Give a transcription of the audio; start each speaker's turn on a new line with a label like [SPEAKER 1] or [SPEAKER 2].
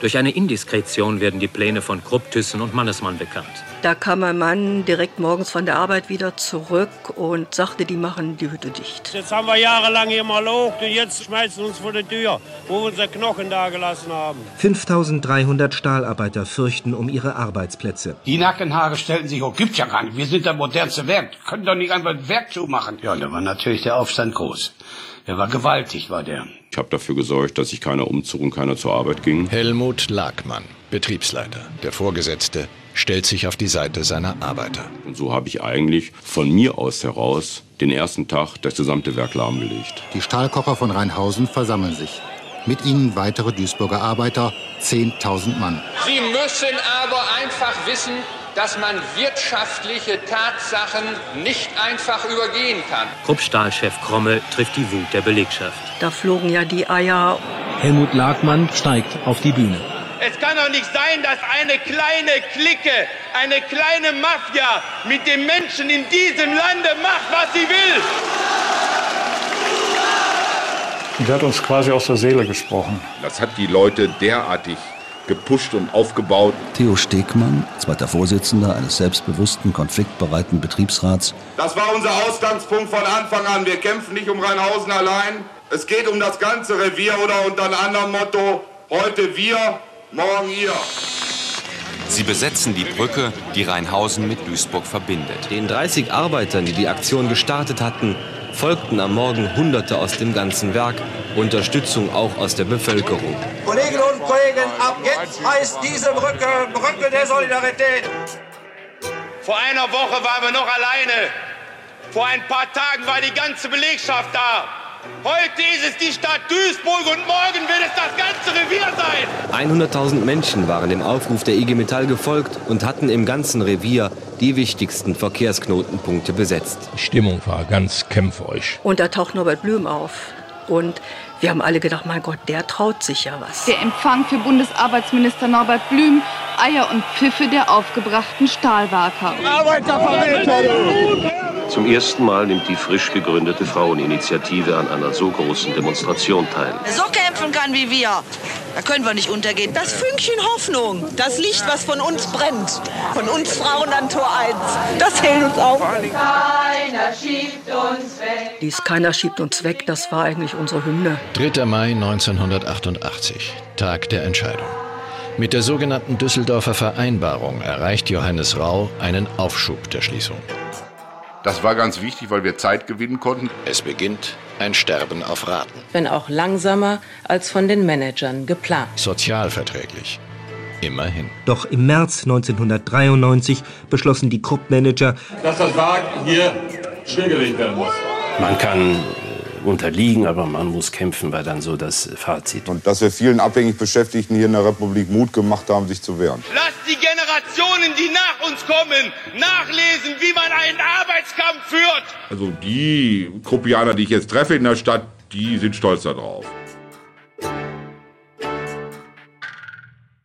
[SPEAKER 1] Durch eine Indiskretion werden die Pläne von Krupp, Thyssen und Mannesmann bekannt.
[SPEAKER 2] Da kam mein Mann direkt morgens von der Arbeit wieder zurück und sagte, die machen die Hütte dicht.
[SPEAKER 3] Jetzt haben wir jahrelang hier mal hoch und jetzt schmeißen uns vor die Tür, wo wir unser Knochen dagelassen haben.
[SPEAKER 4] 5300 Stahlarbeiter fürchten um ihre Arbeitsplätze.
[SPEAKER 5] Die Nackenhaare stellten sich hoch. Gibt's ja gar nicht. Wir sind der modernste Werk. Können doch nicht einfach ein Werk zumachen. Ja, da war natürlich der Aufstand groß. Der war gewaltig, war der.
[SPEAKER 6] Ich habe dafür gesorgt, dass sich keiner umzog und keiner zur Arbeit ging.
[SPEAKER 7] Helmut Lagmann, Betriebsleiter, der Vorgesetzte, stellt sich auf die Seite seiner Arbeiter.
[SPEAKER 6] Und so habe ich eigentlich von mir aus heraus den ersten Tag das gesamte Werk lahmgelegt.
[SPEAKER 8] Die Stahlkocher von Rheinhausen versammeln sich. Mit ihnen weitere Duisburger Arbeiter, 10.000 Mann.
[SPEAKER 9] Sie müssen aber einfach wissen, dass man wirtschaftliche Tatsachen nicht einfach übergehen kann.
[SPEAKER 1] Krupp-Stahlchef Kromme trifft die Wut der Belegschaft.
[SPEAKER 2] Da flogen ja die Eier.
[SPEAKER 10] Helmut Lagmann steigt auf die Bühne.
[SPEAKER 11] Es kann doch nicht sein, dass eine kleine Clique, eine kleine Mafia mit den Menschen in diesem Lande macht, was sie will.
[SPEAKER 12] Der hat uns quasi aus der Seele gesprochen.
[SPEAKER 13] Das hat die Leute derartig gepusht und aufgebaut.
[SPEAKER 14] Theo Stegmann, zweiter Vorsitzender eines selbstbewussten, konfliktbereiten Betriebsrats.
[SPEAKER 15] Das war unser Ausgangspunkt von Anfang an. Wir kämpfen nicht um Rheinhausen allein. Es geht um das ganze Revier oder unter einem anderen Motto, heute wir, morgen ihr.
[SPEAKER 16] Sie besetzen die Brücke, die Rheinhausen mit Duisburg verbindet.
[SPEAKER 17] Den 30 Arbeitern, die die Aktion gestartet hatten, folgten am Morgen Hunderte aus dem ganzen Werk, Unterstützung auch aus der Bevölkerung.
[SPEAKER 18] Kolleginnen und Kollegen, ab jetzt heißt diese Brücke Brücke der Solidarität.
[SPEAKER 11] Vor einer Woche waren wir noch alleine. Vor ein paar Tagen war die ganze Belegschaft da. Heute ist es die Stadt Duisburg und morgen wird es das ganze Revier sein.
[SPEAKER 17] 100.000 Menschen waren dem Aufruf der IG Metall gefolgt und hatten im ganzen Revier die wichtigsten Verkehrsknotenpunkte besetzt.
[SPEAKER 19] Die Stimmung war ganz kämpferisch.
[SPEAKER 2] Und da taucht Norbert Blüm auf. Und wir haben alle gedacht, mein Gott, der traut sich ja was.
[SPEAKER 20] Der Empfang für Bundesarbeitsminister Norbert Blüm, Eier und Pfiffe der aufgebrachten Stahlwerker.
[SPEAKER 6] Arbeiterverräter! Zum ersten Mal nimmt die frisch gegründete Fraueninitiative an einer so großen Demonstration teil.
[SPEAKER 1] Wer so kämpfen kann wie wir, da können wir nicht untergehen.
[SPEAKER 4] Das Fünkchen Hoffnung, das Licht, was von uns brennt, von uns Frauen an Tor 1, das hält uns auf. Keiner
[SPEAKER 2] schiebt uns weg. Dies Keiner schiebt uns weg, das war eigentlich unsere Hymne.
[SPEAKER 7] 3. Mai 1988, Tag der Entscheidung. Mit der sogenannten Düsseldorfer Vereinbarung erreicht Johannes Rau einen Aufschub der Schließung.
[SPEAKER 13] Das war ganz wichtig, weil wir Zeit gewinnen konnten.
[SPEAKER 7] Es beginnt ein Sterben auf Raten.
[SPEAKER 3] Wenn auch langsamer als von den Managern geplant.
[SPEAKER 7] Sozialverträglich. Immerhin.
[SPEAKER 4] Doch im März 1993 beschlossen die Krupp-Manager,
[SPEAKER 2] dass das Werk hier stillgelegt werden muss.
[SPEAKER 6] Man kann unterliegen, aber man muss kämpfen, war dann so das Fazit.
[SPEAKER 13] Und dass wir vielen abhängig Beschäftigten hier in der Republik Mut gemacht haben, sich zu wehren.
[SPEAKER 11] Lasst die Generationen, die nach uns kommen, nachlesen, wie man einen Arbeitskampf führt.
[SPEAKER 13] Also die Kruppianer, die ich jetzt treffe in der Stadt, die sind stolz darauf.